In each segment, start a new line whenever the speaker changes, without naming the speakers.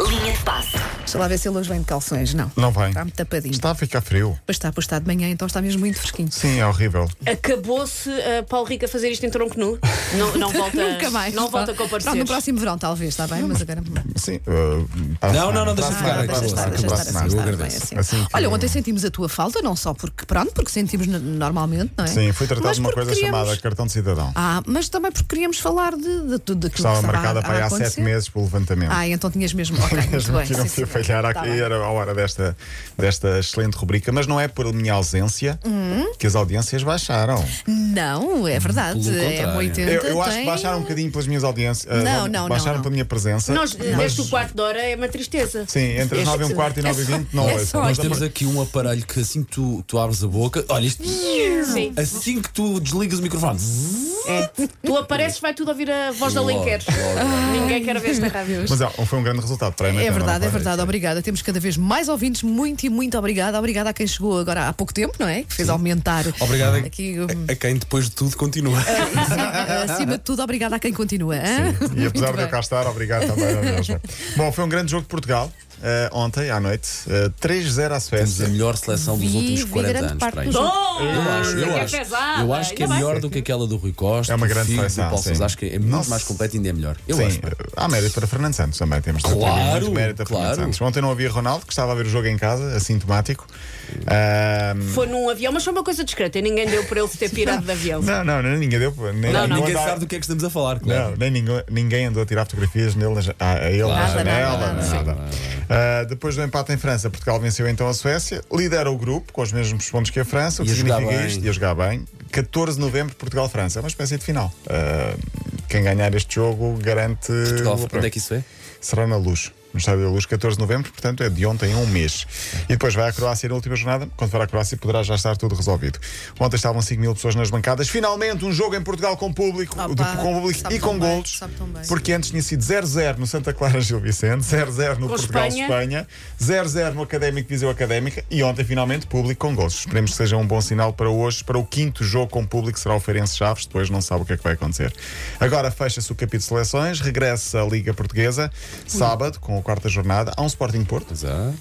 Linha de passe.
Deixa lá ver se ele hoje vem de calções. Não.
Não vem.
Está-me tapadinho.
Está a ficar frio.
Pois está, pois está de manhã, então está mesmo muito fresquinho.
Sim, é horrível.
Acabou-se uh, Paulo Rico a fazer isto em tronco nu. Não, não volta,
Nunca mais.
Não volta a
Pronto,
comparecer.
no próximo verão, talvez, está bem? Mas agora. Ah,
Sim. uh, para a
Não,
semana.
não, não, deixa
Para a
ficar,
semana,
deixa
para a
estar,
semana,
deixa
para a
estar
semana.
assim, eu
bem,
agradeço.
assim.
Assim que-
Olha, ontem sentimos a tua falta, não só porque, pronto, porque sentimos no- normalmente, não é?
Sim, fui tratado
Mas
de uma
porque
coisa
queríamos-
chamada cartão de cidadão.
Ah, mas também porque queríamos falar de, de tudo
que
aquilo
estava
que estava
marcada
a,
para aí
a
há sete
acontecer.
meses pelo levantamento.
Ah, então tinhas mesmo. Ok, muito
mesmo
bem.
que não
sim,
se
senhor.
ia falhar
Tá
aqui,
bem.
era a hora desta, desta excelente rubrica, mas não é por minha ausência
Uhum.
que as audiências baixaram.
Não, é verdade.
Pelo
É
contrário.
80.
Eu, eu acho
tem-
que baixaram um bocadinho pelas minhas audiências. ah,
Não, não, não,
Baixaram
não.
pela minha presença.
Nós,
mas-
desde o quarto de hora é uma tristeza.
Sim, entre as
Este-
9 e um quarto e 9 e 20, não
é
ouço.
só
Nós
Nós temos aqui um aparelho que assim que tu, tu abres a boca, olha isto.
Sim.
Assim que tu desligas o microfone, zzz,
É. Tu apareces, vai tudo ouvir a voz da Alenquer. Ninguém quer ver esta rádio.
Mas ó, foi um grande resultado para a Ana
É
Tena,
verdade,
não
é verdade,
parece?
obrigada. Temos cada vez mais ouvintes, muito e muito obrigada. Obrigada a quem chegou agora há pouco tempo, não é? Que fez aumentar.
Obrigado a,
Aqui, hum,
a quem depois de tudo continua.
É.
acima de tudo, obrigada a quem continua. hã?
E apesar
Muito
de eu
bem.
cá estar, obrigado também. não é mesmo? Bom, foi um grande jogo de Portugal eh, ontem à noite. eh, 3-0 à
Temos a
Suécia.
melhor seleção dos
Vi-
últimos
vi
40
grande
anos.
parte
para
do
aí.
jogo.
Eu acho, eu
que é
acho.
pesada.
Eu acho que é
Ainda bem.
melhor do que aquela do Rui Costa.
É uma
do
grande
Figo, do
seleção,
Paulo
sim.
Sousa. Acho que é muito
Nossa.
mais completa e ainda é melhor. Eu
Sim,
acho.
eh, há mérito para Fernando Santos também. Temos de atribuir
Claro,
muito mérito a Fernando
claro.
Santos. Ontem não havia Ronaldo, que estava a ver o jogo em casa, assintomático. Ahm,
Foi num avião, mas foi uma coisa discreta. Ninguém deu por ele se ter pirado de avião.
não, não, nem ninguém deu. Nem,
Não, não.
Ninguém
andar-
sabe do que é que estamos a falar. claro.
Não, nem ninguém, ninguém andou a tirar fotografias nele, na ja- a, a ele na
Nada,
janela,
nada, nada.
nada. Ah, depois do empate em França, Portugal venceu então a Suécia, lidera o grupo com os mesmos pontos que a França, o que
E a jogar
significa
bem.
isto, e a jogar bem. 14 de novembro, Portugal-França, é uma espécie de final. Ah, quem ganhar este jogo garante.
Portugal,
o
onde é que isso é?
Será na luz. No Estádio da Luz, 14 de novembro, portanto é de ontem a um mês. E depois vai à Croácia na última jornada. Quando for à Croácia, poderá já estar tudo resolvido. Ontem estavam 5 mil pessoas nas bancadas. Finalmente, um jogo em Portugal com público,
Opa,
do- com público
sabe
e
tão
com
bem,
golos.
sabe tão bem.
Porque antes tinha sido 0-0 no Santa Clara Gil Vicente, 0-0 no
Com Espanha.
Portugal-Espanha, 0-0 no Académico Viseu Académica e ontem finalmente público com gols. Esperemos que seja um bom sinal para hoje, para o quinto jogo com público, será o Feirense Chaves, depois não sabe o que é que vai acontecer. Agora fecha-se o capítulo de seleções, regressa a Liga Portuguesa, sábado, com a quarta jornada, há um Sporting Porto,
Mas, ah,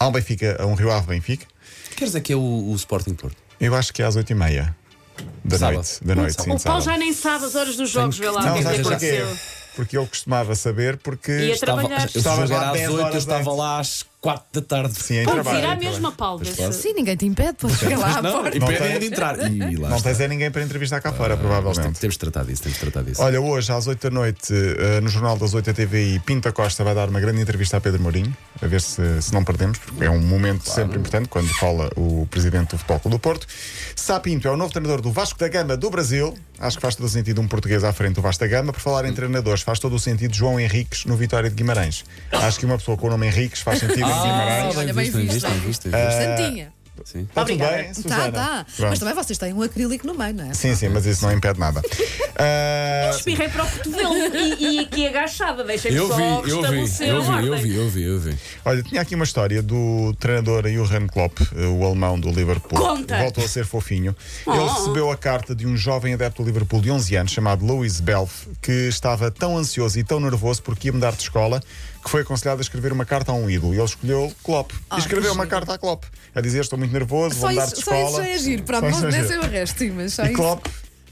há um Benfica, há um Rio Ave Benfica,
Queres é que é o, o Sporting Porto?
eu acho que é às 8h30 da
Sábado.
noite. Da noite, sim,
O Paulo
sábado.
já nem sabe as horas dos jogos, vê lá
Não,
o que é que
sabes
lhe
porquê?
aconteceu.
Porque eu costumava saber, porque.
Ia
Estava,
trabalhar.
eu
Estavas
estava
lá
lá às
dez
8,
horas
eu estava
antes.
lá às 4 da tarde.
Sim, é em
Pode
trabalho.
virar
em
mesmo a Paulo. vê se-
Sim, ninguém te impede, podes chegar lá à
Não,
porta.
e
Não
pedem
tem-
de entrar. E lá
Não
está.
tens é ninguém para entrevistar cá fora,
Mas tem-
provavelmente.
temos de tratar disso, temos de tratar disso.
Olha, hoje às 8 da noite, eh, no Jornal das 8 da TVI, Pinta Costa vai dar uma grande entrevista a Pedro Mourinho, a ver se, se não perdemos, porque é um momento sempre importante quando fala o presidente do Futebol Clube do Porto. Sá Pinto é o novo treinador do Vasco da Gama do Brasil. Acho que faz todo o sentido um português à frente do Vasco da Gama. Por falar em treinadores, faz todo o sentido João Henriques no Vitória de Guimarães. Acho que uma pessoa com o nome Henriques faz sentido
Ah.
em Guimarães.
olha, bem
bem
visto,
visto, bem
bem
visto.
Santinha.
Sim.
Está tudo
Obrigada.
bem,
Tá,
é. Susana?
tá.
Pronto.
Mas também vocês têm um acrílico no meio, não é?
Sim, sim, mas isso não impede nada. Ah,
Espirrei para o cotovelo e, e aqui agachada. Deixei-me
Eu vi,
só
eu vi,
restabelecer
eu
a
vi,
ordem.
eu vi, eu vi, eu vi.
Olha, tinha aqui uma história do treinador Johan Klopp, eh, o alemão do Liverpool.
Conta.
Voltou a ser fofinho.
Oh.
Ele recebeu a carta de um jovem adepto do Liverpool de 11 anos, chamado Louis Belf, que estava tão ansioso e tão nervoso porque ia mudar de escola, que foi aconselhado a escrever uma carta a um ídolo. E ele escolheu Klopp.
Ah,
e escreveu
que
uma
giro.
carta a Klopp, a dizer: Estou muito nervoso,
Só
vou mudar de
isso, só
escola.
isso já é giro. Pronto,
Só
não
isso é
nem
giro.
sei o resto, sim, mas só
E
É isso.
Klopp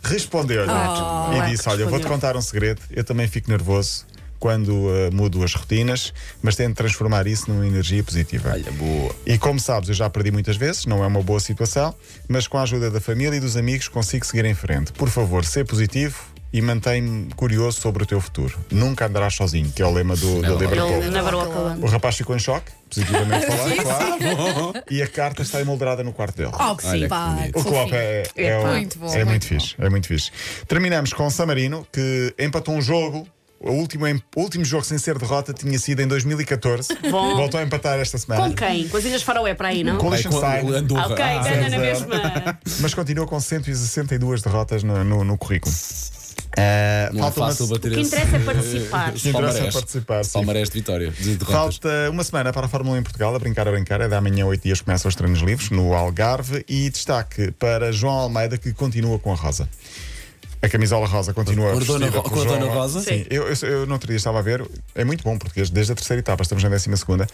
respondeu-lhe
Ah,
e disse:
claro que
Olha, eu vou-te
respondeu.
contar um segredo, eu também fico nervoso quando eh, mudo as rotinas, mas tento transformar isso numa energia positiva.
Olha, boa.
E como sabes, eu já perdi muitas vezes, não é uma boa situação, mas com a ajuda da família e dos amigos consigo seguir em frente. Por favor, ser positivo e mantém-me curioso sobre o teu futuro. Nunca andarás sozinho, que é o lema do, do
Não,
Liverpool.
Ele never walk alone.
O rapaz ficou em choque, positivamente falando, claro. E a carta está emoldurada no quarto dele.
Oh, que
Olha que
simpático.
bonito.
O Klopp
fofinho.
é, é,
Epá,
o-
muito bom,
é
muito
muito,
bom.
fixe, é muito fixe. Terminamos com o Samarino, que empatou um jogo. O último, em- o último jogo sem ser derrota tinha sido em 2014.
Bom.
Voltou a empatar esta semana.
Com quem? Com as Ilhas Faroé para aí, não?
Com o
Vai,
Liechtenstein.
com- é Andorra.
Ah, ok,
Ah,
ganha na
zero, zero.
mesma.
Mas continua com 162 derrotas no, no- no currículo. Eh,
Não é
falta,
fácil
uma,
bater
O que
esse-
interessa é participar.
esse
Que interessa
palmarés.
participar, sim.
Palmarés de vitória, de derrotas.
falta uma semana para a Fórmula 1 em Portugal, a brincar, a brincar. É da manhã, 8 dias, começam os treinos livres no Algarve. E destaque para João Almeida, que continua com a rosa. A camisola rosa continua
Com a
vestida
Dona Ro-
pelo
com a Dona
João.
Rosa?
Sim,
Sim.
eu, eu, eu no outro dia estava a ver, é muito bom português, desde a terceira etapa, estamos na décima segunda.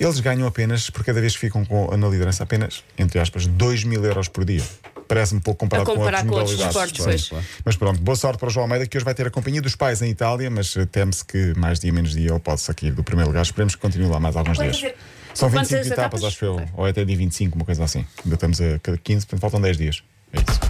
Eles ganham apenas, por cada vez que ficam com, na liderança, apenas, entre aspas, 2 mil euros por dia. Parece-me pouco comparado
A comparar
com
com
outros
outros
modalidades.
desportos, pois.
Claro. Mas pronto, boa sorte para o João Almeida, que hoje vai ter a companhia dos pais em Itália, mas eh, teme-se que mais dia, menos dia, ele pode sair do primeiro lugar. Esperemos que continue lá mais alguns
Quantas
dias.
e-
São
quantas
25 etapas,
etapas?
acho eu, ou é até dia 25, uma coisa assim. Ainda estamos a 15, portanto faltam 10 dias. É isso.